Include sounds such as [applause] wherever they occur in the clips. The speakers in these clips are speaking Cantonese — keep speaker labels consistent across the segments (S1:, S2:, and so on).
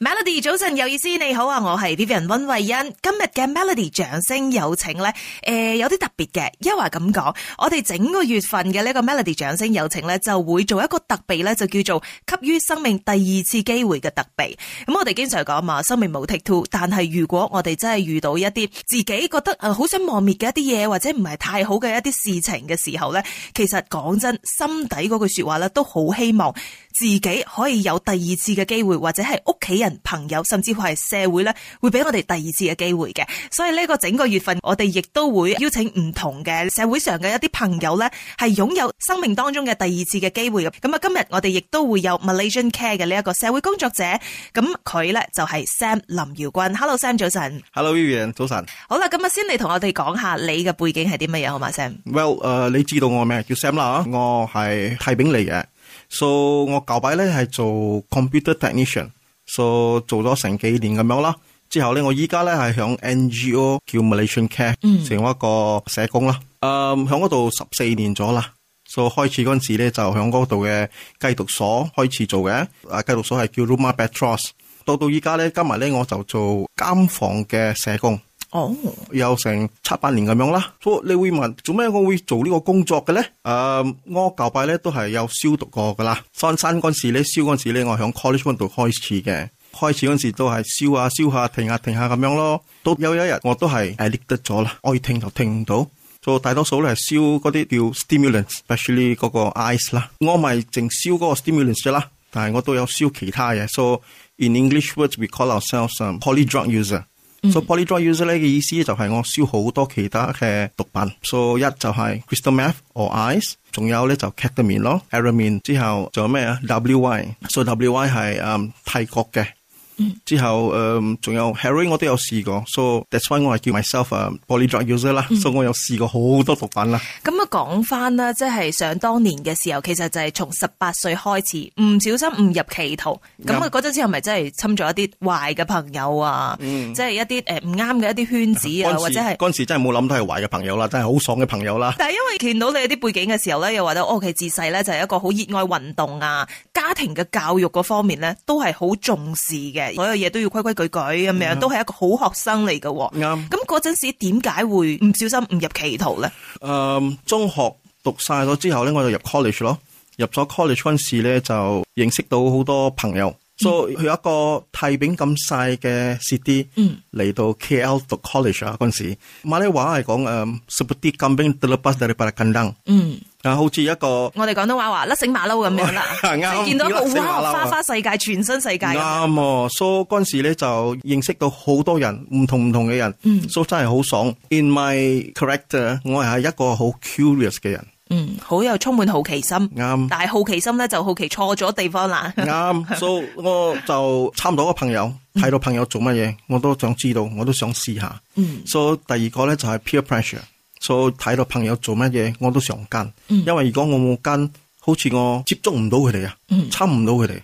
S1: Melody 早晨有意思，你好啊，我係 Vivian 溫慧欣。今日嘅 Melody 掌聲有請咧，誒、呃、有啲特別嘅，因為咁講，我哋整個月份嘅呢個 Melody 掌聲有請咧，就會做一個特備咧，就叫做給予生命第二次機會嘅特備。咁我哋經常講嘛，生命冇 take two，但係如果我哋真係遇到一啲自己覺得誒好想磨滅嘅一啲嘢，或者唔係太好嘅一啲事情嘅時候咧，其實講呃真，心底嗰句說話咧，都好希望自己可以有第二次嘅機會，或者係屋企人。朋友，甚至乎係社會咧，會俾我哋第二次嘅機會嘅。所以呢個整個月份，我哋亦都會邀請唔同嘅社會上嘅一啲朋友咧，係擁有生命當中嘅第二次嘅機會。咁啊，今日我哋亦都會有 Malaysian Care 嘅呢一個社會工作者，咁佢咧就係 Sam 林堯君。Hello Sam，早晨。
S2: Hello Vivian，早晨。
S1: 好啦，咁啊，先嚟同我哋講下你嘅背景係啲乜嘢好嘛，Sam。
S2: Well，誒、uh，你知道我咩叫 Sam 啦？我係泰炳嚟嘅，so 我舊擺咧係做 computer technician。so 做咗成幾年咁樣啦，之後咧我依家咧係響 NGO 叫 Malaysian Care，嗯、成為一個社工啦。誒，響嗰度十四年咗啦。so 開始嗰陣時咧就響嗰度嘅戒毒所開始做嘅，啊戒毒所係叫 Rumah Petros。到到依家咧，今日咧我就做監房嘅社工。
S1: 哦，
S2: 有成七八年咁樣啦。所以你會問做咩我會做呢個工作嘅咧？誒、呃，我舊拜咧都係有消毒過噶啦。翻山嗰陣時咧，燒嗰陣時咧，我響 college 度開始嘅。開始嗰陣時都係燒下燒下，停下停下咁樣咯。到有一日我都係誒 lift 得咗啦，愛聽就聽唔到。做大多數咧係燒嗰啲叫 stimulants，especially 嗰個 ice 啦。我咪淨燒嗰個 stimulants 啫啦，但係我都有燒其他嘢。So in English words we call ourselves poly drug user。所以 poly drug user 咧嘅意思就係我燒好多其他嘅毒品，所以一就係 crystal meth or ice，仲有咧就 ketamine 咯，aramine 之後仲有咩啊？WY，所以 WY 係誒泰國嘅，之後誒仲有 heroin 我都有試過，so that's why 我係叫 myself 誒 poly drug user 啦，所以我有試過好多毒品啦。
S1: 咁啊講翻啦，即係想當年嘅時候，其實就係從十八歲開始，唔小心誤入歧途。咁啊嗰陣時係咪真係侵咗一啲壞嘅朋友啊？即係一啲誒唔啱嘅一啲圈
S2: [laughs]
S1: 子啊，
S2: 嗰
S1: 或
S2: 陣時
S1: 者係。
S2: 嗰陣時真係冇諗到係壞嘅朋友啦，真係好爽嘅朋友啦。
S1: 但係因為見到你啲背景嘅時候咧，又話到哦，佢自細咧就係一個好熱愛運動啊，家庭嘅教育嗰方面咧都係好重視嘅，所有嘢都要規規矩矩咁樣，都係一個好學生嚟嘅喎。
S2: 啱
S1: 咁嗰陣時點解會唔小心誤入歧途咧？
S2: 誒、嗯中學讀晒咗之後咧，我就入 college 咯。入咗 college 嗰陣時咧，就認識到好多朋友。所以去一個太平咁細嘅 city 嚟到 KL 讀 college 啊嗰陣時，馬來話係講誒 seperti kambing terlepas daripada kandang
S1: 嗯，
S2: 啊，好似一個
S1: 我哋廣東話話甩繩馬騮咁樣啦，即係
S2: [laughs] 啱
S1: 見到一個
S2: 甩繩馬騮
S1: 哇
S2: 啊
S1: 花花世界、全新世界咁樣。
S2: 啱哦。所以嗰陣時咧就認識到好多人，唔同唔同嘅人，所以真係好爽。In my character，我係一個好 curious 嘅人，
S1: 嗯，好有充滿好奇心，
S2: 啱。
S1: 但係好奇心咧就好奇錯咗地方啦。
S2: [laughs] 啱，所以我就差唔多個朋友睇到朋友做乜嘢，我都想知道，我都想試下。
S1: [laughs] 嗯，
S2: 所以第二個咧就係 peer pressure，所以睇到朋友做乜嘢，我都想跟。因為如果我冇跟，好似我接觸唔到佢哋啊，參唔到佢哋。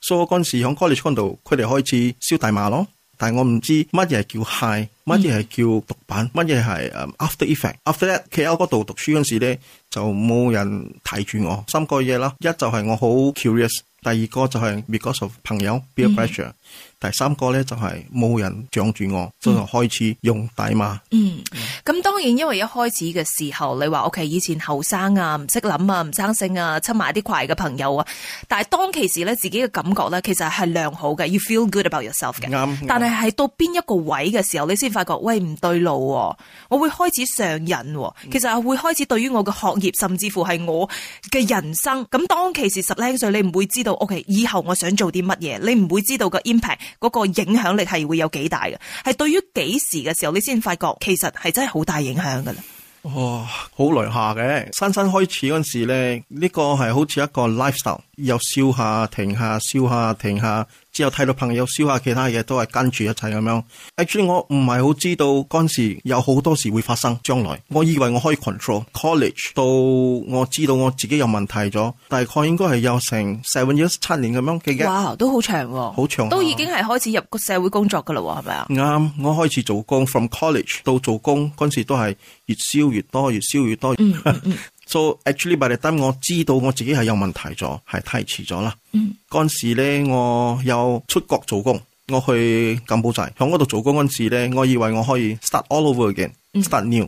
S2: 所以我嗰陣時喺 college 嗰度，佢哋開始燒大麻咯。但係我唔知乜嘢係叫 high，乜嘢係叫毒品，乜嘢係誒 after effect。after that KL 嗰度讀書嗰陣時咧，就冇人睇住我。三個嘢啦，一就係我好 curious，第二個就係 because of 朋友 peer pressure，第三個咧就係冇人掌住我，所以就開始用大麻。
S1: 嗯，咁當然，因為一開始嘅時候，你話 OK，以前後生啊，唔識諗啊，唔生性啊，親埋啲壞嘅朋友啊，但係當其時咧，自己嘅感覺咧，其實係良好嘅，you feel good about yourself 嘅。
S2: 啱
S1: 但係係到邊一個位嘅時候，你先發覺，喂唔對路喎、我會開始上癮喎、嗯其實係會開始對於我嘅學業，甚至乎係我嘅人生。咁當其時十零歲，你唔會知道，OK，以後我想做啲乜嘢，你唔會知道個 impact 嗰個影響力係會有幾大嘅。係對於幾時嘅時候，你先發覺其實係真係好大影響噶啦。
S2: 哦，好耐下嘅，新新開始嗰陣時咧，呢、個係好似一個 lifestyle，又燒下停下，燒下停下，之後睇到朋友燒下其他嘢，都係跟住一齊咁樣。Actually，我唔係好知道嗰陣時有好多事會發生，將來我以為我可以 control college 到我知道我自己有問題咗，大概應該係有成 seven years 七年咁樣嘅嘅，
S1: 哇，都好長喎、
S2: 好長啊
S1: 都已經係開始入個社會工作噶啦喎，係咪啊？
S2: 啱，我開始做工，from college 到做工嗰陣時都係越燒越多，越燒越多。so [laughs] actually by the time 我知道我自己係有問題咗，係太遲咗啦。嗰陣、時咧，我有出國做工，我去柬埔寨，響嗰度做工嗰陣時咧，我以為我可以 start all over again，start new。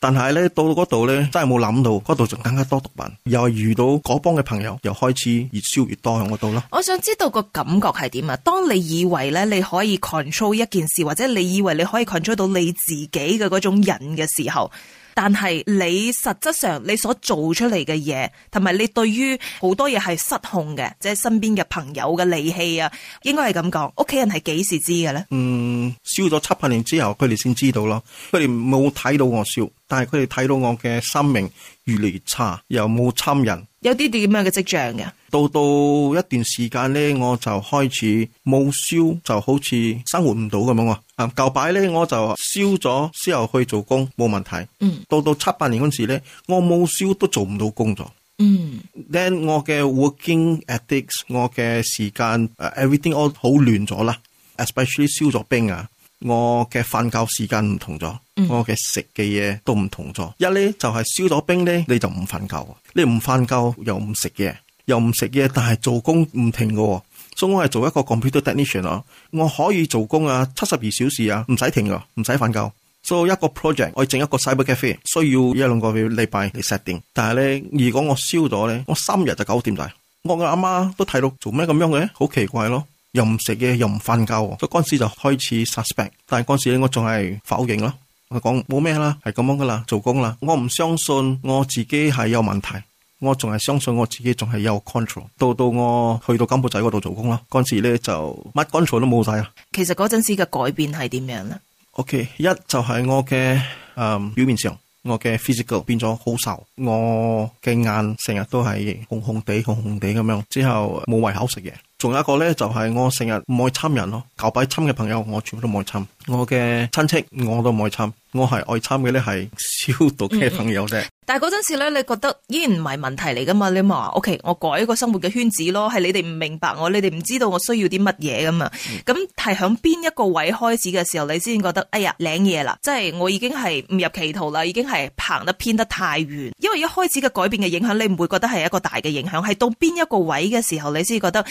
S2: 但係咧，到到嗰度咧，真係冇諗到嗰度就更加多毒品，又係遇到嗰幫嘅朋友，又開始越燒越多響嗰度啦。
S1: 我想知道個感覺係點啊？當你以為咧你可以 control 一件事，或者你以為你可以 control 到你自己嘅嗰種人嘅時候，但係你實質上你所做出嚟嘅嘢，同埋你對於好多嘢係失控嘅，即係身邊嘅朋友嘅利器啊，應該係咁講。屋企人係幾時知嘅咧？
S2: 嗯，燒咗七八年之後，佢哋先知道咯。佢哋冇睇到我燒，但係佢哋睇到我嘅生命越嚟越差，又冇侵人。
S1: 有啲點樣嘅跡象嘅？
S2: 到到一段時間呢，我就開始冇燒，就好似生活唔到咁樣喎。啊，舊擺呢，我就燒咗之後去做工，冇問題。
S1: 嗯
S2: 到到七八年嗰時呢，我冇燒都做唔到工作。
S1: 嗯
S2: then 我嘅 working ethics，我嘅時間誒 everything all 好亂咗啦，especially 燒咗冰啊，我嘅瞓覺時間唔同咗，我嘅食嘅嘢都唔同咗。一呢就係燒咗冰呢，你就唔瞓覺，你唔瞓覺又唔食嘢，又唔食嘢，但係做工唔停嘅喎。所以我係做一個 computer technician 啊，我可以做工啊，七十二小時啊，唔使停噶，唔使瞓覺。所以一個 project 我整一個 cyber cafe 需要一兩個禮拜嚟 set 定，但係咧，如果我燒咗咧，我三日就搞掂晒。我嘅阿媽都睇到做咩咁樣嘅，好奇怪咯，又唔食嘢，又唔瞓覺喎，所以嗰陣時就開始 suspect，但係嗰陣時咧我仲係否認咯，我講冇咩啦，係咁樣噶啦，做工啦，我唔相信我自己係有問題。我仲係相信我自己，仲係有 control。到到我去到柬埔寨嗰度做工啦，嗰陣時咧就乜 control 都冇晒啦。
S1: 其實嗰陣時嘅改變係點樣咧？
S2: OK，一就係我嘅誒、嗯表面上，我嘅 physical 變咗好瘦，我嘅眼成日都係紅紅地、紅紅地咁樣，之後冇胃口食嘢。仲有一個呢，就係、我成日唔愛侵人咯，舊擺侵嘅朋友我全部都唔愛侵，我嘅親戚我都唔愛侵，我係愛侵嘅呢係消毒嘅朋友啫。
S1: 但係嗰陣時咧，你覺得依然唔係問題嚟噶嘛？你咪話 O K，我改個生活嘅圈子咯，係你哋唔明白我，你哋唔知道我需要啲乜嘢噶嘛？咁係響邊一個位開始嘅時候，你先覺得哎呀領嘢啦，即係我已經係誤入歧途啦，已經係行得偏得太遠。因為一開始嘅改變嘅影響，你唔會覺得係一個大嘅影響，係到邊一個位嘅時候，你先覺得，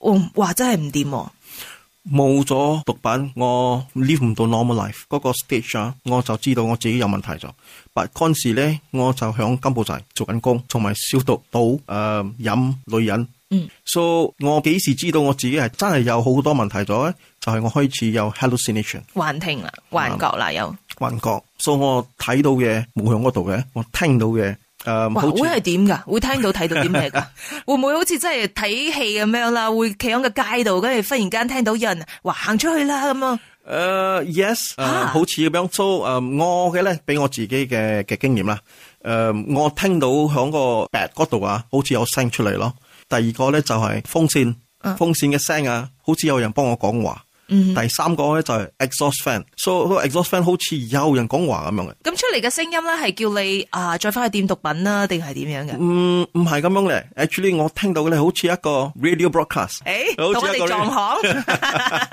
S1: 哦哇真係唔掂喎。
S2: 冇咗毒品，我 live 唔到 normal life 嗰個 stage 啊，我就知道我自己有問題咗。但嗰陣時咧，我就響柬埔寨做緊工，同埋消毒賭、誒、飲女人。
S1: 嗯
S2: ，so 我幾時知道我自己係真係有好多問題咗咧？就係、我開始有 hallucination
S1: 幻聽啦，幻覺啦，又
S2: 幻覺。so 我睇到嘅冇響嗰度嘅，我聽到嘅誒、呃
S1: 哇，
S2: 好
S1: 會係
S2: 似
S1: 點㗎？會聽到睇到啲咩
S2: [laughs]
S1: 㗎？會唔會好似真係睇戲咁樣啦？會企喺個街度，跟住忽然間聽到有人話行出去啦咁啊！
S2: 誒呃 yes 誒
S1: 啊
S2: 好似咁樣。so 誒、我嘅咧，俾我自己嘅嘅經驗啦。誒、我聽到響個 bed 嗰度啊，好似有聲出嚟咯。第二個咧就係、風扇，
S1: 嗯
S2: 風扇嘅聲啊，好似有人幫我講話。
S1: 嗯
S2: 第三個咧就係 exhaust fan，so 嗰個 exhaust fan 好似有人講話咁樣嘅。
S1: 咁出嚟嘅聲音咧，係叫你啊再翻去掂毒品啦，定係點樣嘅？
S2: 嗯，唔係咁樣咧。Actually，我聽到嘅咧好似一個 radio broadcast。
S1: 誒，
S2: 好
S1: 同我
S2: 似
S1: 哋
S2: 一個
S1: 撞
S2: [laughs]
S1: 行，
S2: 誒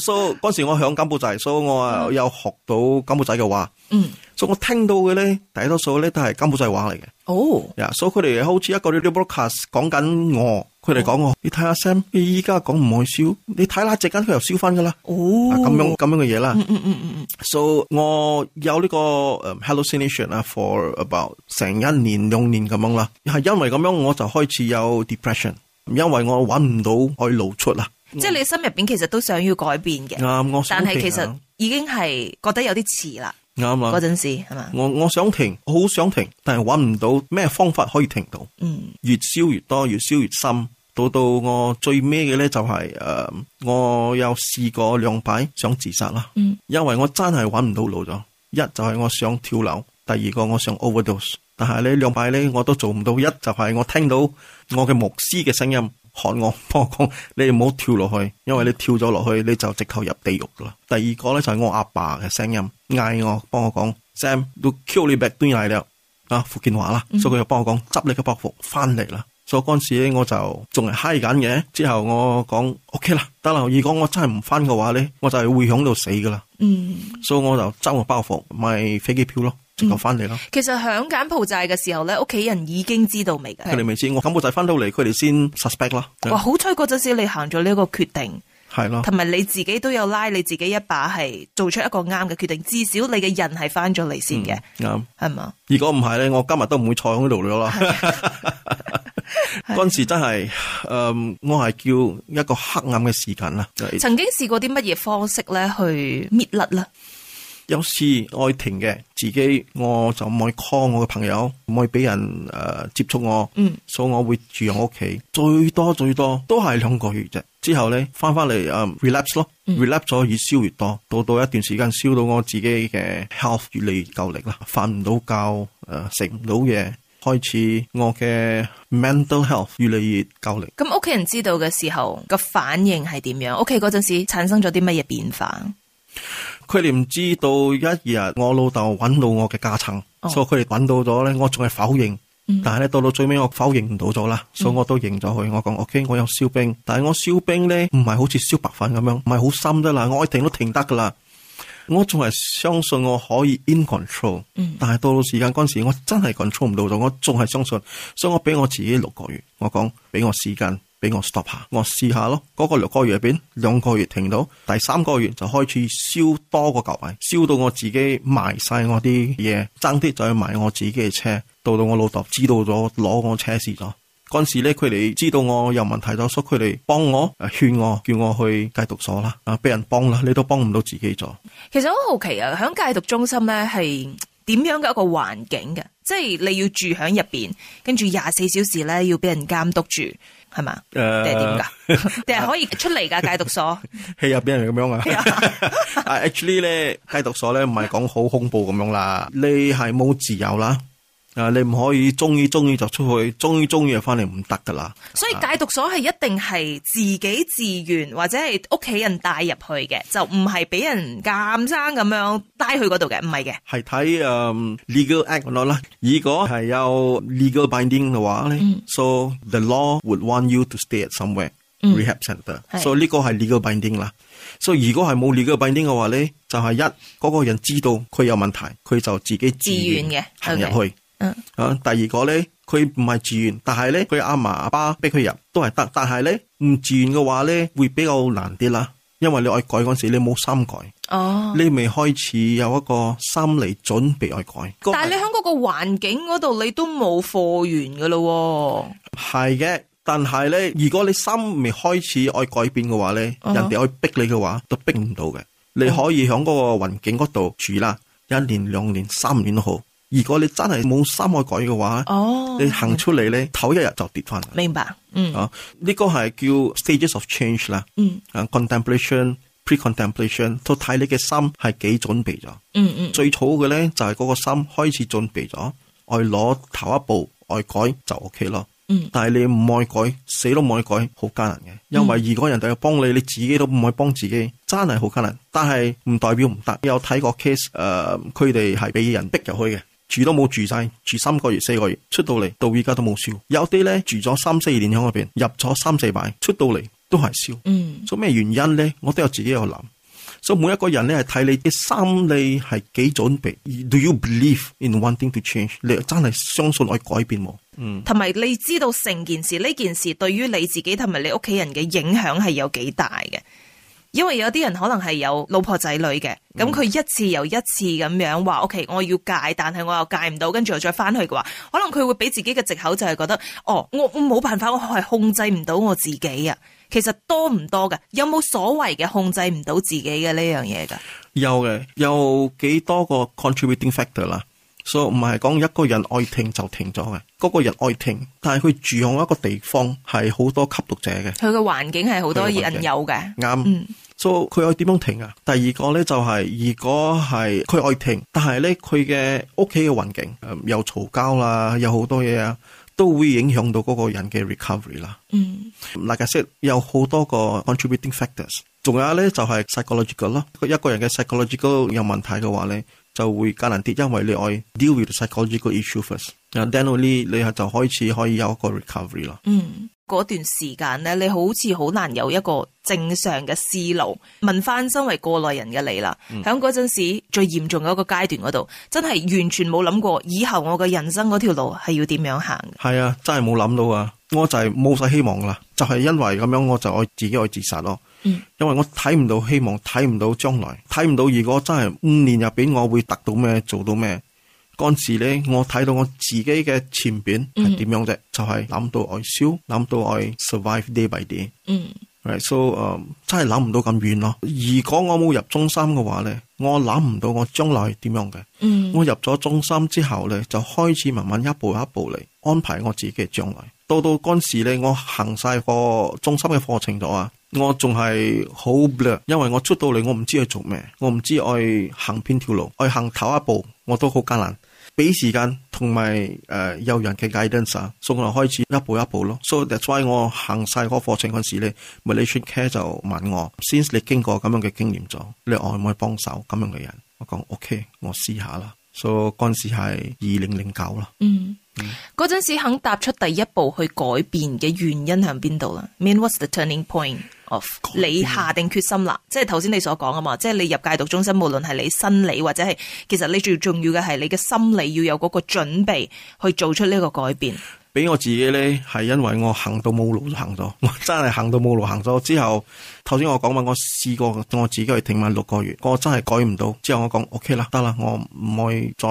S2: ，so 嗯嗰時我響柬埔寨，so 我啊有學到柬埔寨嘅話，
S1: 嗯，
S2: 所以我聽到嘅咧，大多數咧都係柬埔寨話嚟嘅。
S1: 哦，
S2: 呀，所以佢哋好似一個 radio broadcast 講緊我，佢哋講我，你睇下 Sam，你依家講唔愛燒，你睇下陣間佢又燒翻噶啦，
S1: 哦，
S2: 啊咁、樣咁樣嘅嘢啦。
S1: 嗯嗯嗯嗯嗯，
S2: So 我有呢個誒 hallucination 啊，for about 成一年兩年咁樣啦，係因為咁樣我就開始有 depression，因為我揾唔到愛露出啦。啊
S1: 即係你心入邊其實都想要改變嘅，
S2: 啱，我想
S1: 但係
S2: 停
S1: 其
S2: 啊
S1: 實已經係覺得有啲遲啦，
S2: 啱
S1: 嗰
S2: 啦，
S1: 陣時係嘛？
S2: 我我想停，好想停，但係揾唔到咩方法可以停到。
S1: 嗯
S2: 越燒越多，越燒越深。到到我最尾嘅呢，就係、呃我有試過兩擺想自殺啦，
S1: 嗯
S2: 因為我真係揾唔到路咗。一就係我想跳樓，第二個我想 overdose，但係呢兩擺呢，我都做唔到。一就係我聽到我嘅牧師嘅聲音喊我 [laughs] 幫我講，你唔好跳落去，因為你跳咗落去你就直頭入地獄㗎啦。第二個呢，就係我阿爸嘅聲音嗌我幫我講，Sam，都 kill 你 back 端嚟啦。啊福建話啦，所以佢就幫我講執你個包袱翻嚟啦。所以嗰陣時咧，我就仲係嗨緊嘅。之後我講 OK 啦，得啦。如果我真係唔翻嘅話咧，我就係會響度死噶啦。
S1: 嗯。
S2: 所以我就執個包袱，咪飛機票咯，直頭翻嚟咯。
S1: 其實響柬埔寨嘅時候咧，屋企人已經知道未㗎？
S2: 佢哋未知，我柬埔寨翻到嚟，佢哋先 suspect Dạ, 啦。
S1: 哇！好彩嗰陣時你行咗呢個決定，
S2: 係咯。
S1: 同埋你自己都有拉你自己一把，係做出一個啱嘅決定。至少你嘅人係翻咗嚟
S2: Ừ,
S1: 先嘅，
S2: 啱。
S1: 係嘛？
S2: 如果唔係咧，我今日都唔會坐喺度咗啦。嗰陣時真係，誒、我係叫一個黑暗嘅時間啦。
S1: 曾經試過啲乜嘢方式咧去搣甩啦？
S2: 有時愛停嘅，自己我就唔可以 call 我嘅朋友，唔可以俾人誒、呃接觸我，
S1: 嗯
S2: 所以我會住喺我屋企，最多最多都係兩個月啫。之後咧翻翻嚟誒 relapse 咯、r e l a p s e 咗越燒越多，到到一段時間燒到我自己嘅 health 越嚟越夠力啦，瞓唔到覺，誒食唔到嘢，開始我嘅 mental health 越嚟越夠力。
S1: 咁屋企人知道嘅時候個反應係點樣？屋企嗰陣時產生咗啲乜嘢變化？
S2: 佢哋唔知道一日我老豆揾到我嘅家產，
S1: 哦
S2: 所以佢哋揾到咗咧，我仲係否認。
S1: 嗯
S2: 但係咧，到到最尾我否認唔到咗啦，所以我都認咗佢。我講 OK，我有燒冰，但係我燒冰咧唔係好似燒白粉咁樣，唔係好深得啦，我愛停都停得噶啦。我仲係相信我可以 in control，、
S1: 嗯
S2: 但係到到時間嗰陣時，我真係 control 唔到咗，我仲係相信，所以我俾我自己六個月，我講俾我時間，俾我 stop 下，我試下咯。嗰、個六個月入邊，兩個月停到，第三個月就開始燒多個舊位，燒到我自己賣晒我啲嘢，爭啲就去買我自己嘅車，到到我老豆知道咗，攞我車匙咗。嗰陣時咧，佢哋知道我有問題咗，所以佢哋幫我，誒勸我，叫我去戒毒所啦，啊，俾人幫啦，你都幫唔到自己咗。
S1: 其實好好奇啊，喺戒毒中心咧係點樣嘅一個環境嘅？即係你要住喺入邊，跟住廿四小時咧要俾人監督住，係嘛？
S2: 誒、
S1: 定係點㗎？定係可以出嚟㗎戒毒所？
S2: 戲入邊係咁樣 [laughs] 啊。但係 à? actually 咧，戒毒所咧唔係講好恐怖咁樣啦，你係冇自由啦。啊！你唔可以中意中意就出去，中意中意就翻嚟唔得噶啦。
S1: 所以戒毒所係一定係自己自愿或者係屋企人帶入去嘅，就唔係俾人監生咁樣拉去嗰度嘅，唔係嘅。
S2: 係睇誒 um, legal act 嗰度啦。如果係有 legal binding 嘅話咧、s o the law would want you to stay at somewhere、
S1: 嗯
S2: rehab centre。
S1: 係
S2: So 呢個係 legal binding 啦。所以如果係冇 legal binding 嘅話咧，就係、一嗰、個人知道佢有問題，佢就自己自
S1: 自願嘅
S2: 行入
S1: OK
S2: 去。
S1: 嗯，
S2: 啊，第二個咧，佢唔係自愿，但係咧佢阿嫲阿爸逼佢入都係得，但係咧唔自愿嘅話咧會比較難啲啦，因為你愛改嗰陣時你冇心改，
S1: 哦。
S2: 你未開始有一個心理準備愛改。
S1: 但係你喺嗰個環境嗰度，你都冇貨源噶咯
S2: 係嘅。但係咧，如果你心未開始愛改變嘅話咧
S1: 嗯哼
S2: 人哋愛逼你嘅話，都逼唔到嘅。你
S1: 哦
S2: 可以喺嗰個環境嗰度住啦，一年、兩年、三年都好。如果你真係冇心愛改嘅話，
S1: 喎。哦，
S2: 你行出嚟咧，頭一日就跌翻。
S1: 明白？嗯
S2: 啊，呢、個係叫 stages of change 啦。
S1: 嗯
S2: 啊，contemplation、pre-contemplation，都睇你嘅心係幾準備咗。
S1: 嗯嗯，
S2: 最好嘅咧就係、嗰個心開始準備咗，愛攞頭一步，愛改就 OK 咯。
S1: 嗯
S2: 但係你唔愛改，死都唔愛改，好艱難嘅。因為如果人哋要幫你，你自己都唔愛幫自己，真係好艱難。但係唔代表唔得。有睇過 case，誒、佢哋係俾人逼入去嘅。住都冇住晒，住三個月四個月，出到嚟到而家都冇燒。有啲咧住咗三四年喺入邊，入咗三四擺，出到嚟都係燒。
S1: 嗯
S2: 所以咩原因咧？我都有自己有諗。所以每一個人咧係睇你嘅心理係幾準備。Do you believe in wanting to change？你真係相信我改變冇？
S1: 嗯，同埋你知道成件事呢件事對於你自己同埋你屋企人嘅影響係有幾大嘅。因為有啲人可能係有老婆仔女嘅，咁佢一次又一次咁樣話，OK，我要戒，但係我又戒唔到，跟住又再翻去嘅話，可能佢會俾自己嘅藉口就係覺得，哦，我我冇辦法，我係控制唔到我自己啊。其實多唔多嘅，有冇所謂嘅控制唔到自己嘅呢樣嘢噶？
S2: 有嘅，有幾多個 contributing factor 啦。所以唔係講一個人愛停就停咗嘅，嗰、個人愛停，但係佢住響一個地方係好多吸毒者嘅，
S1: 佢嘅環境係好多
S2: 佢嘅環
S1: 人
S2: 境
S1: 有嘅，
S2: 啱。
S1: 嗯
S2: 所以佢可以點樣停啊？第二個咧就係、如果係佢愛停，但係咧佢嘅屋企嘅環境，嗯又嘈交啦，有好多嘢啊，都會影響到嗰個人嘅 recovery 啦。
S1: 嗯
S2: like I said，有好多個 contributing factors。仲有咧就係 psychological 咯，一個人嘅 psychological 有問題嘅話咧，就會艱難啲，因為你愛 deal with the psychological issue first。然 then only 你係就開始可以有一個 recovery 咯。
S1: 嗯，嗰段時間咧，你好似好難有一個正常嘅思路。問翻身為過來人嘅你啦，喺嗰陣時最嚴重嘅一個階段嗰度，真係完全冇諗過以後我嘅人生嗰條路係要點樣行嘅。
S2: 係啊，真係冇諗到啊！我就係冇晒希望噶啦，就係、因為咁樣我就愛自己愛自殺咯。
S1: 嗯
S2: 因為我睇唔到希望，睇唔到將來，睇唔到如果真係五年入邊我會得到咩，做到咩。嗰陣時咧，我睇到我自己嘅前邊係點樣啫，就係諗到我燒，諗到我 survive day by day。
S1: 嗯
S2: Right, so 誒真係諗唔到咁遠咯。如果我冇入中心嘅話咧，我諗唔到我將來係點樣嘅。
S1: 嗯
S2: 我入咗中心之後咧，就開始慢慢一步一步嚟安排我自己嘅將來。到到嗰陣時咧，我行晒個中心嘅課程度啊，我仲係好 blur，因為我出到嚟我唔知去做咩，我唔知我去行邊條路，我去行頭一步我都好艱難。俾時間同埋誒有人嘅 guidance 啊，所以我開始一步一步咯。So that's why 我行晒嗰個課程嗰陣時咧，Malaysian Care 就問我，since 你經過咁樣嘅經驗咗，你可唔可以幫手咁樣嘅人？我講 OK，我試下啦。So 嗰陣時係二零零九啦。
S1: 嗯，嗰陣時肯踏出第一步去改變嘅原因喺邊度啦？Mean what's the turning point of 你下定決心啦？即係頭先你所講啊嘛，即係你入戒毒中心，無論係你生理或者係，其實你最重要嘅係你嘅心理要有嗰個準備去做出呢個改變。
S2: 俾我自己咧，係因為我行到冇路行咗， [laughs] 我真係行到冇路行咗。之後頭先我講話，我試過我自己去停埋六個月，我真係改唔到。之後我講 OK 啦，得啦，我唔可以再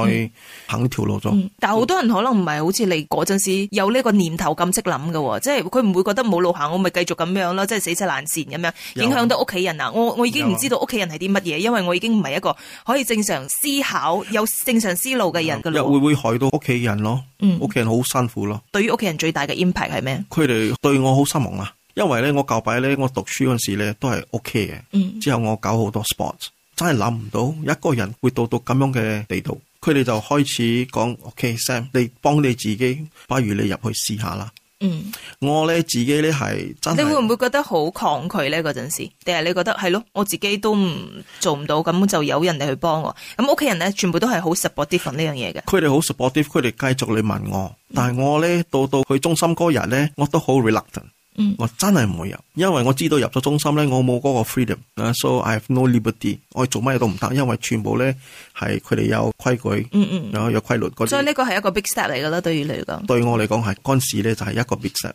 S2: 行呢條路咗。
S1: 嗯但係好多人可能唔係好似你嗰陣時有呢個念頭咁識諗嘅喎，即係佢唔會覺得冇路行，我咪繼續咁樣咯，即係死死爛賤咁樣，
S2: 有
S1: 影響到屋企人啊！我我已經
S2: 有
S1: 唔知道屋企人係啲乜嘢，因為我已經唔係一個可以正常思考、有正常思路嘅人噶
S2: 又會
S1: 咯。
S2: 會害到屋企人咯，
S1: 嗯
S2: 屋企人好辛苦咯，
S1: 對於屋企人最大嘅 impact 係咩？
S2: 佢哋對我好失望啦。因為咧，我舊擺咧，我讀書嗰陣時咧都係 OK 嘅，
S1: 嗯
S2: 之後我搞好多 sports，真係諗唔到一個人會到到咁樣嘅地度。佢哋就開始講：OK，Sam，你幫你自己，不如你入去試下啦。
S1: 嗯，啊
S2: 我咧自己咧係真
S1: 你會唔
S2: 係，
S1: 會覺得好抗拒呢？嗰陣時，定係你覺得係咯？我自己都唔做唔到，咁就有人哋去幫我。咁屋企人咧，全部都係好 supportive 呢樣嘢嘅。
S2: 佢哋好 supportive，佢哋繼續嚟問我，但係我咧到到去中心嗰日咧，我都好 reluctant。
S1: 嗯
S2: 我真係唔會入，因為我知道入咗中心咧，我冇嗰個 freedom 啊，so I have no liberty，我做乜嘢都唔得，因為全部咧係佢哋有規矩，啊
S1: 嗯嗯，
S2: 有有規律嗰
S1: 所以
S2: 啲，啊
S1: 呢個係一個 big step 嚟噶啦，對於你嚟講。
S2: 對我嚟講係嗰陣時咧就係一個 big step。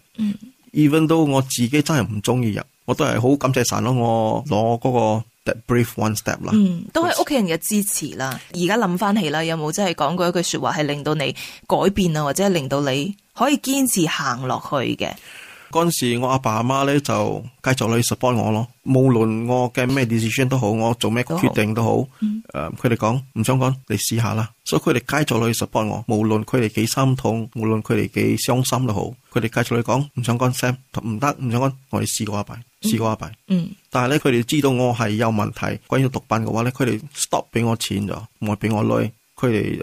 S2: even
S1: 嗯
S2: 都我自己真係唔中意入，我都係好感謝神咯，我攞嗰個 that brief one step 啦。
S1: 嗯，都係屋企人嘅支持啦。而家諗翻起啦，有冇真係講過一句說話係令到你改變啊，或者係令到你可以堅持行落去嘅？
S2: 嗰陣時，我阿爸阿媽咧就繼續去 support 我咯。無論我嘅咩 decision 都好，我做咩
S1: 都好
S2: 決定都好，誒佢哋講唔想講，你試下啦。所以佢哋繼續去 support 我，無論佢哋幾心痛，無論佢哋幾傷心都好，佢哋繼續去講唔想講 Sam，唔得唔想講，我哋試過一擺，試過一擺。
S1: 嗯
S2: 但係咧，佢哋知道我係有問題，關於毒品嘅話咧，佢哋 stop 俾我錢咗，唔係俾我攞。佢哋誒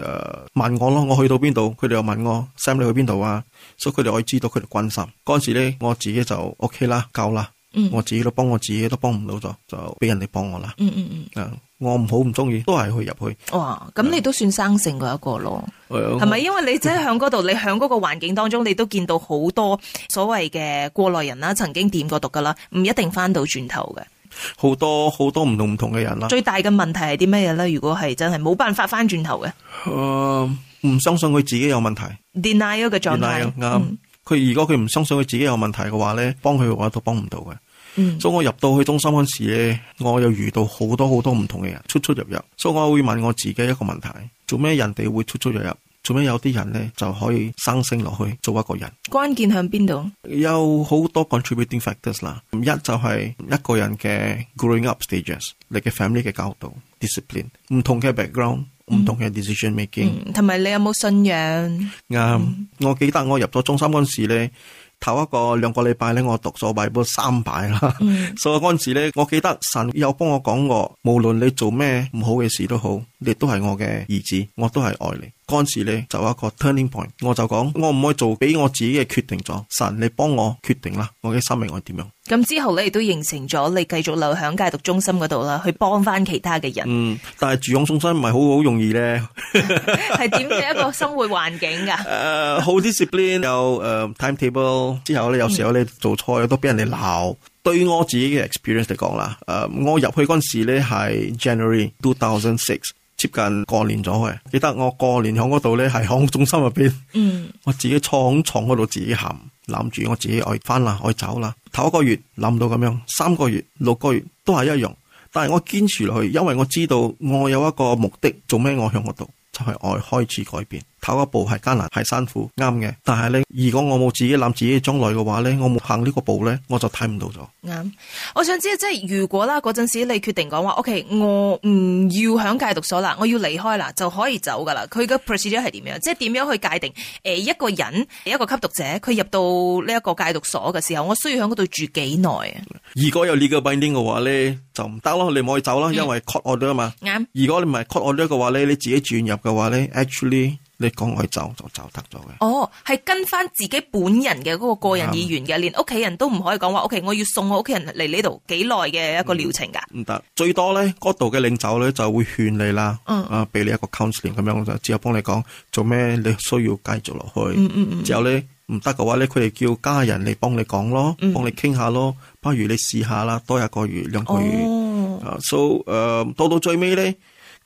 S2: 問我咯，我去到邊度，佢哋又問我 Sam 你去邊度啊？所以佢哋可以知道佢哋關心。嗰陣時咧，我自己就 OK 啦，夠啦，
S1: 嗯
S2: 我自己都幫我自己都幫唔到咗，就俾人哋幫我啦。
S1: 嗯嗯嗯，
S2: 誒、我唔好唔中意，都係去入去。
S1: 哇！
S2: 啊
S1: 咁你都算生性嗰一個咯，
S2: 誒
S1: 係咪？因為你真係喺嗰度，你 [laughs] 喺嗰個環境當中，你都見到好多所謂嘅過來人啦，曾經掂過毒噶啦，唔一定翻到轉頭嘅。
S2: 好多好多唔同唔同嘅人啦？
S1: 最大嘅問題係啲咩嘢咧？如果係真係冇辦法翻轉頭嘅
S2: 誒唔相信佢自己有問題。
S1: deny 嗰個狀
S2: 原來
S1: 態，
S2: 啊
S1: 嗯
S2: 啱。佢如果佢唔相信佢自己有問題嘅話咧，幫佢嘅話都幫唔到嘅。
S1: 嗯
S2: 所以我入到去中心嗰陣時咧，我又遇到好多好多唔同嘅人，出出入入。所以我會問我自己一個問題：做咩人哋會出出入入？做咩有啲人咧就可以生升落去做一個人？
S1: 關鍵喺邊度？
S2: 有好多 contributing factors 啦。一就係一個人嘅 growing up stages，你嘅 family 嘅教導、discipline，唔同嘅 background，唔同嘅 decision making。
S1: 嗯同埋你有冇信仰？
S2: 啱、我記得我入咗中心嗰陣時咧，頭一個兩個禮拜咧，我讀咗 Bible 三拜啦。
S1: 嗯
S2: [laughs] 所以嗰陣時咧，我記得神有幫我講過，無論你做咩唔好嘅事都好，你都係我嘅兒子，我都係愛你。嗰陣時咧就有一個 turning point，我就講我唔可以做俾我自己嘅決定咗，神你幫我決定啦，我嘅生命我點樣？
S1: 咁之後咧，亦都形成咗你繼續留喺戒毒中心嗰度啦，去幫翻其他嘅人，
S2: 嗯，但係住養中心唔係好好容易咧。
S1: [laughs] 係點嘅一個生活環境
S2: [laughs]
S1: 噶？
S2: 誒、呃好 discipline 有誒、timetable 之後咧，有時候咧做錯嘢都俾人哋鬧。對我自己嘅 experience 嚟講啦，誒、呃我入去嗰陣時咧係 January two thousand six，接近過年咗嘅。記得我過年響嗰度咧係響中心入邊，
S1: 嗯
S2: 我自己坐響床嗰度自己喊。諗住我自己愛翻啦，愛走啦。頭一個月諗到咁樣，三個月、六個月都係一樣，但係我堅持落去，因為我知道我有一個目的，做咩我向嗰度就係、愛開始改變。頭一步係艱難係辛苦，啱嘅。但係呢，如果我冇自己諗自己嘅將來嘅話呢，我冇行呢個步呢，我就睇唔到咗。
S1: 啱，我想知即係如果啦，嗰陣時你決定講話，OK，我唔要響戒毒所啦，我要離開啦，就可以走噶啦。佢嘅 procedure 係點樣？即係點樣去界定？誒、一個人一個吸毒者，佢入到呢一個戒毒所嘅時候，我需要響嗰度住幾耐啊？
S2: 如果有 legal binding 嘅話呢，就唔得咯，你唔可以走啦，因為 court order 啊嘛。
S1: 啱，
S2: 如果你唔係 court order 嘅話呢，你自己轉入嘅話呢 a c t u a l l y 你講我走就走得咗嘅。
S1: 哦，係跟翻自己本人嘅嗰個個人意願嘅，連屋企人都唔可以講話，OK，我要送我屋企人嚟呢度幾耐嘅一個療程㗎。
S2: 唔得，最多咧嗰度嘅領袖咧就會勸你啦，
S1: 嗯
S2: 啊俾你一個 counseling 咁樣就之後幫你講做咩你需要繼續落去，
S1: 嗯嗯嗯，
S2: 之後咧唔得嘅話咧，佢哋叫家人嚟幫你講咯，
S1: 嗯
S2: 幫你傾下咯，不如你試下啦，多一個月兩個月。
S1: 哦，
S2: 啊，so 誒、到到最尾咧，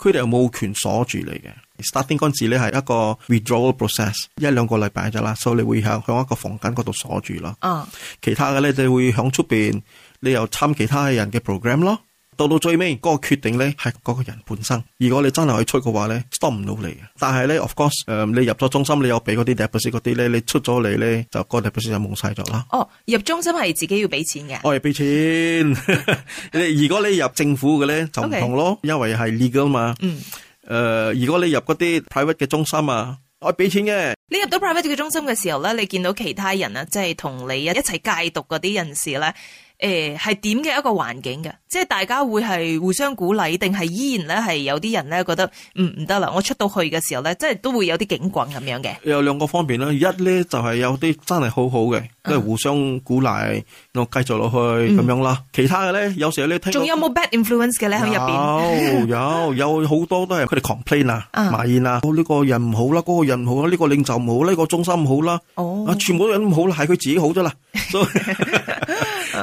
S2: 佢哋又冇權鎖住你嘅。starting 嗰陣時咧係一個 withdrawal process，一兩個禮拜咋啦，所以你會向向一個房間嗰度鎖住咯。
S1: 啊，
S2: 其他嘅咧你會響出邊，你又參其他嘅人嘅 program 咯。到到最尾嗰、個決定咧係嗰個人本身。如果你真係去出嘅話咧，stop 唔到你嘅。但係咧，of course，誒、你入咗中心，你有俾嗰啲 deposit 嗰啲咧，你出咗嚟咧就個 deposit 就冇晒咗啦。
S1: 哦，入中心係自己要俾錢嘅。
S2: 我係俾錢， [laughs] 你如果你入政府嘅咧就唔
S1: OK
S2: 同咯因為係 legal 嘛。
S1: 嗯。
S2: 誒、如果你入嗰啲 private 嘅中心啊，我係俾錢嘅，
S1: 你入到 private 嘅嗯中心嘅時候咧，你見到其他人啊，即係同你一齊戒毒嗰啲人士咧，誒係點嘅一個環境嘅？即係大家會係互相鼓勵，定係依然咧係有啲人咧覺得唔唔得啦，我出到去嘅時候咧，即係都會有啲警棍咁樣嘅。
S2: 有兩個方面啦。一咧就係、有啲真係好好嘅，都
S1: 嗯
S2: 係互相鼓勵，我繼續落去咁、樣啦。其他嘅咧，有時候你聽到
S1: 仲有冇 bad influence 嘅咧？喺入邊
S2: 有有有好多都係佢哋 complain 啊，
S1: 啊
S2: 埋怨啊，哦呢、個人唔好啦，嗰、個人唔好啦，呢、個領袖唔好啦，呢、個中心唔好啦。啊，
S1: 哦，
S2: 全部都人唔好啦，係佢自己好
S1: [laughs]
S2: 咗啦。So,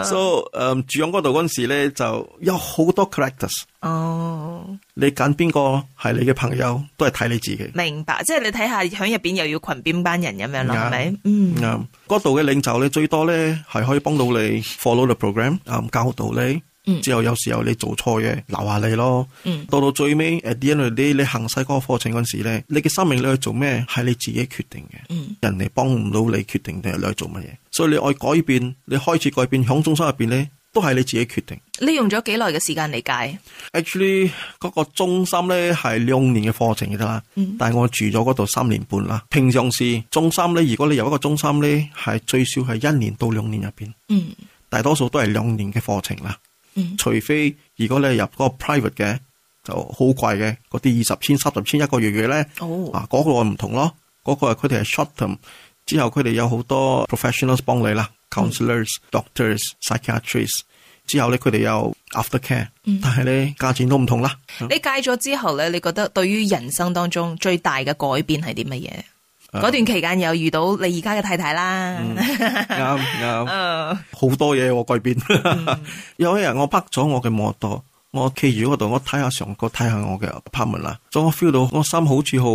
S2: so 誒住響嗰度嗰陣時咧，就有好多 characters。
S1: 哦，
S2: 你揀邊個係你嘅朋友，都係睇你自己。
S1: 明白，即係你睇下喺入邊又要群邊班人咁樣啦，
S2: 啱
S1: 係咪？嗯，
S2: 啱嗰度嘅領袖咧，最多咧係可以幫到你 follow the program，啱教導你。
S1: 嗯
S2: 之後有時候你做錯嘢，鬧下你咯。
S1: 嗯
S2: 到到最尾 at the end of the day，你行晒嗰個課程嗰陣時咧，你嘅生命你去做咩係你自己決定嘅。
S1: 嗯
S2: 人哋幫唔到你決定定係你去做乜嘢，所以你愛改變，你開始改變響中心入邊咧，都係你自己決定。
S1: 你用咗幾耐嘅時間嚟戒？
S2: actually 嗰個中心咧係兩年嘅課程嘅啫啦，
S1: 嗯
S2: 但係我住咗嗰度三年半啦。平常時中心咧，如果你入一個中心咧，係最少係一年到兩年入邊，
S1: 嗯
S2: 大多數都係兩年嘅課程啦。
S1: 嗯
S2: 除非如果你係入嗰個 private 嘅，就好貴嘅，嗰啲二十千、三十千一個月嘅咧，
S1: 哦，
S2: 啊嗰、個唔同咯，嗰、個係佢哋係 short term，之後佢哋有好多 professionals 幫你啦，counselors、doctors、psychiatrists，之後咧佢哋有 after care，、但係咧價錢都唔同啦。
S1: 你戒咗之後咧，你覺得對於人生當中最大嘅改變係啲乜嘢？
S2: 啊
S1: 嗰、段期間又遇到你而家嘅太太啦，
S2: [laughs]
S1: [laughs]
S2: 啱啱
S1: 嗯
S2: 好多嘢我改變。有一日我拍咗我嘅摩托，我企住嗰度，我睇下上個睇下我嘅 apartment 啦，所以我 feel 到我心好似好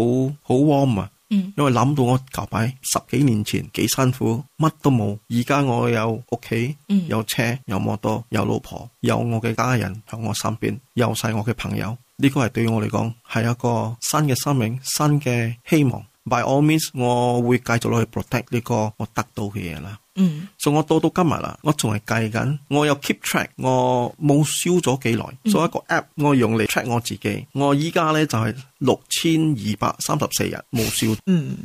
S2: 好 warm 啊。
S1: 嗯
S2: 因為諗到我舊擺十幾年前幾辛苦，乜都冇，而家我有屋企
S1: 嗯，
S2: 有車，有摩托，有老婆，有我嘅家人喺我身邊，有晒我嘅朋友，呢個係對我嚟講係一個新嘅生命，新嘅希望。By all means，我會繼續落去 protect 呢個我得到嘅嘢啦。
S1: 嗯
S2: 所以我到到今日啦，我仲係計緊，我有 keep track，我冇燒咗幾耐，所以一個 app 我用嚟 track 我自己，我依家呢就係六千二百三十四日冇燒
S1: 嗯。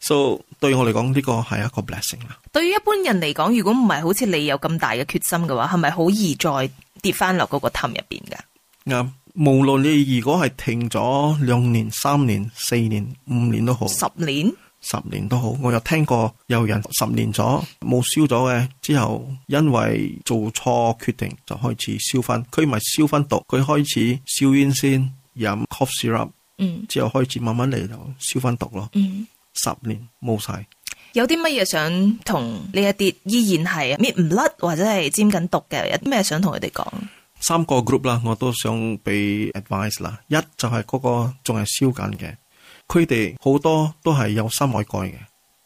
S2: So 對我嚟講，呢個係一個 blessing 啦。
S1: 對於一般人嚟講，如果唔係好似你有咁大嘅決心嘅話，係咪好易再跌翻落嗰個氹入邊噶？
S2: 啱，無論你如果係停咗兩年、三年、四年、五年都好，
S1: 十年，
S2: 十年都好，我有聽過有人十年咗冇燒咗嘅，之後因為做錯決定就開始燒分，佢唔係燒分毒，佢開始燒煙先，飲 cough syrup，
S1: 嗯
S2: 之後開始慢慢嚟就燒分毒咯。
S1: 嗯，
S2: 十年冇晒，
S1: 有啲乜嘢想同呢一啲依然係啊搣唔甩或者係沾緊毒嘅，有啲咩想同佢哋講？
S2: 三個 group 啦，我都想俾 advice 啦。一就係嗰個仲係燒緊嘅，呃佢哋好多都係有心外蓋嘅，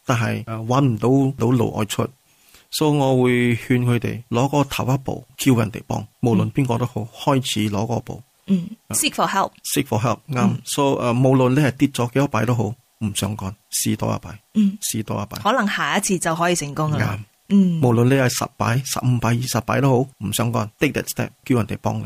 S2: 但係誒揾唔到到路外出，所以我會勸佢哋攞個頭一步，叫人哋幫，無論邊個都好，開始攞個步
S1: 嗯，seek
S2: 啊
S1: for help，
S2: ，seek for help 啱。所以誒，無論你係跌咗幾多擺都好，唔相干，試多一擺，
S1: 嗯，
S2: 試多一擺，
S1: 可能下一次就可以成功噶啦
S2: 啊啱。。
S1: 嗯，
S2: 無論你係十擺、十五擺、二十擺都好，唔相干，take that step，叫人哋幫你。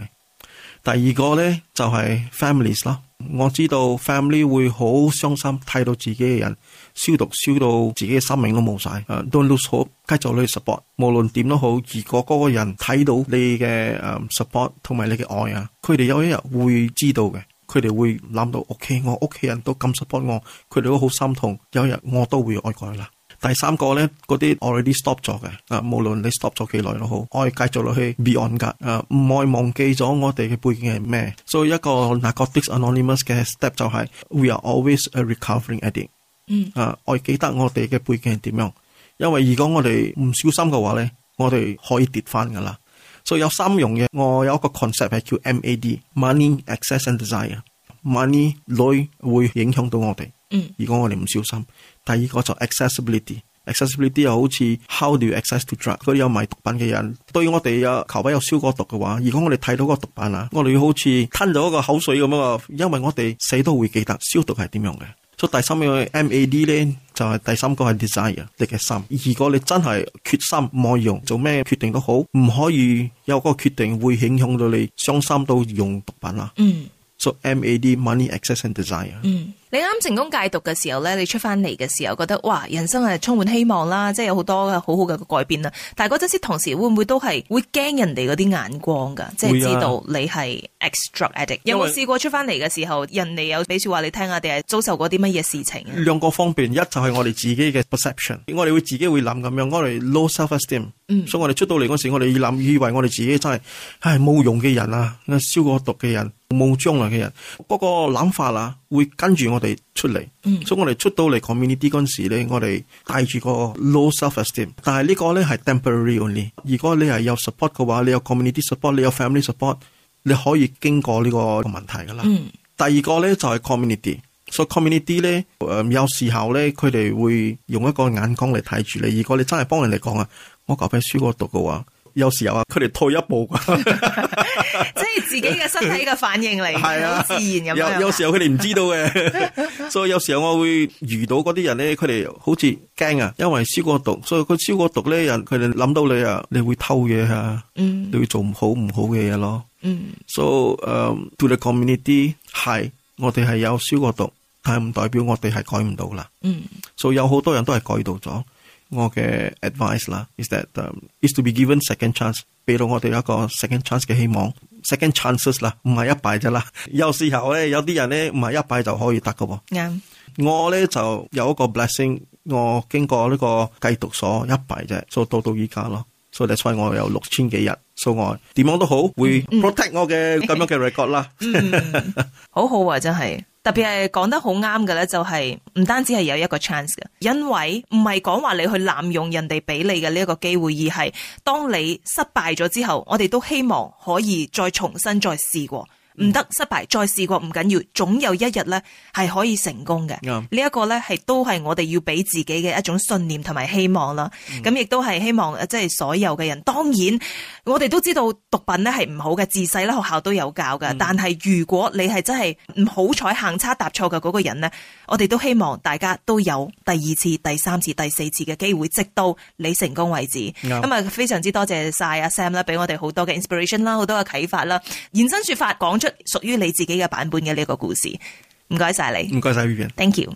S2: 第二個呢，就係 families 啦，我知道 family 會好傷心，睇到自己嘅人消毒，燒到自己嘅生命都冇晒。誒、d o n t lose hope，繼續你 support，無論點都好。如果嗰個人睇到你嘅誒 support 同埋你嘅愛啊，佢哋有一日會知道嘅。佢哋會諗到，OK，我屋企人都咁 support 我，佢哋都好心痛。有一日我都會愛佢啦。第三個呢，嗰啲 already stop 咗嘅，啊，無論你 stop 咗幾耐都好，愛繼續落去 beyond 噶，啊，唔愛忘記咗我哋嘅背景係咩，所以一個 Narcotics Anonymous 嘅 step 就係、we are always a recovering addict，
S1: 嗯，
S2: 啊，愛記得我哋嘅背景係點樣，因為如果我哋唔小心嘅話呢，我哋可以跌翻噶啦，所以有三樣嘢，我有一個 concept 係叫 MAD，money、access and desire，money 累會影響到我哋。
S1: 嗯，
S2: 如果我哋唔小心，第二個就 accessibility。accessibility 又好似 how do you access to drug？嗰啲有賣毒品嘅人，對我哋啊求品有消過毒嘅話，如果我哋睇到個毒品啊，我哋要好似吞咗一個口水咁樣啊，因為我哋死都會記得消毒係點樣嘅。所以第三樣 MAD 咧就係、第三個係 desire 你嘅心。如果你真係決心唔愛用，做咩決定都好，唔可以有個決定會影響到你傷心到用毒品啊啦。
S1: 嗯，
S2: 所以 MAD money access and desire。
S1: 嗯。你啱成功戒毒嘅時候咧，你出翻嚟嘅時候覺得哇，人生係充滿希望啦，即係有好多好好嘅改變啦。但係嗰陣時，同時會唔會都係會驚人哋嗰啲眼光㗎？即係
S2: 會啊
S1: 知道你係 extra addict。有冇
S2: 因為
S1: 試過出翻嚟嘅時候，人哋有俾説話你聽啊，定係遭受過啲乜嘢事情啊？
S2: 兩個方面，一就係我哋自己嘅 perception，我哋會自己會諗咁樣，我哋 low self esteem，、
S1: 嗯
S2: 所以我哋出到嚟嗰時，我哋要諗以為我哋自己真係唉冇用嘅人啊，消過毒嘅人，冇將來嘅人，嗰、個諗法啊，會跟住我哋出嚟。
S1: 嗯
S2: 所以我哋出到嚟 community 嗰陣時咧，我哋帶住個 low self esteem，但係呢個咧係 temporary only。如果你係有 support 嘅話，你有 community support，你有 family support，你可以經過呢個問題噶啦。
S1: 嗯
S2: 第二個咧就係 community，所以 community 咧，誒、有時候咧佢哋會用一個眼光嚟睇住你。如果你真係幫人哋講啊，我舊俾輸過毒嘅話，有時候啊，佢哋退一步啩，
S1: 即係自己嘅身體嘅反應嚟，
S2: [laughs] [laughs] 係
S1: 好
S2: 啊，
S1: 自然咁樣啊。
S2: 有有時候佢哋唔知道
S1: [laughs]
S2: 嘅，所以有時候我會遇到嗰啲人咧，佢哋好似驚啊，因為輸過毒，所以佢輸過毒咧，人佢哋諗到你啊，你會偷嘢啊，
S1: 嗯
S2: 你會做唔好唔好嘅嘢咯。
S1: 嗯
S2: So 誒、to the community 係我哋係有消過毒，但係唔代表我哋係改唔到啦。
S1: 嗯
S2: So 有好多人都係改到咗。我嘅 advice 啦，is that、is um, to be given second chance，俾到我哋一個 second chance 嘅希望，second chances 啦，唔係一敗啫啦。 [laughs] 有時候咧，有啲人咧唔係一敗就可以得噶喎。
S1: 啱
S2: 我咧就有一個 blessing，我經過呢個戒毒所一敗啫，所以到到依家咯。所以 that's why 我有六千幾日，所以我點樣都好會 protect 我嘅咁樣嘅 record 啦。
S1: 嗯
S2: [laughs]
S1: 好好啊，真係。特別係講得好啱嘅咧，就係唔單止係有一個 chance 嘅，因為唔係講話你去濫用人哋俾你嘅呢一個機會，而係當你失敗咗之後，我哋都希望可以再重新再試過，唔得失敗再試過唔緊要，總有一日咧係可以成功嘅。
S2: 啱
S1: 呢一個咧係都係我哋要俾自己嘅一種信念同埋希望啦。咁亦都係希望呃即係所有嘅人。當然，我哋都知道毒品咧係唔好嘅，自細咧學校都有教㗎。但係如果你係真係唔好彩行差踏錯嘅嗰個人呢，我哋都希望大家都有第二次、第三次、第四次嘅機會，直到你成功為止。
S2: 啱
S1: 咁啊，非常之多謝晒阿 Sam 啦，俾我哋好多嘅 inspiration 啦，好多嘅啟發啦，延伸說法講出屬於你自己嘅版本嘅呢個故事。唔該晒你
S2: 唔該晒 Vivian。
S1: ，thank you。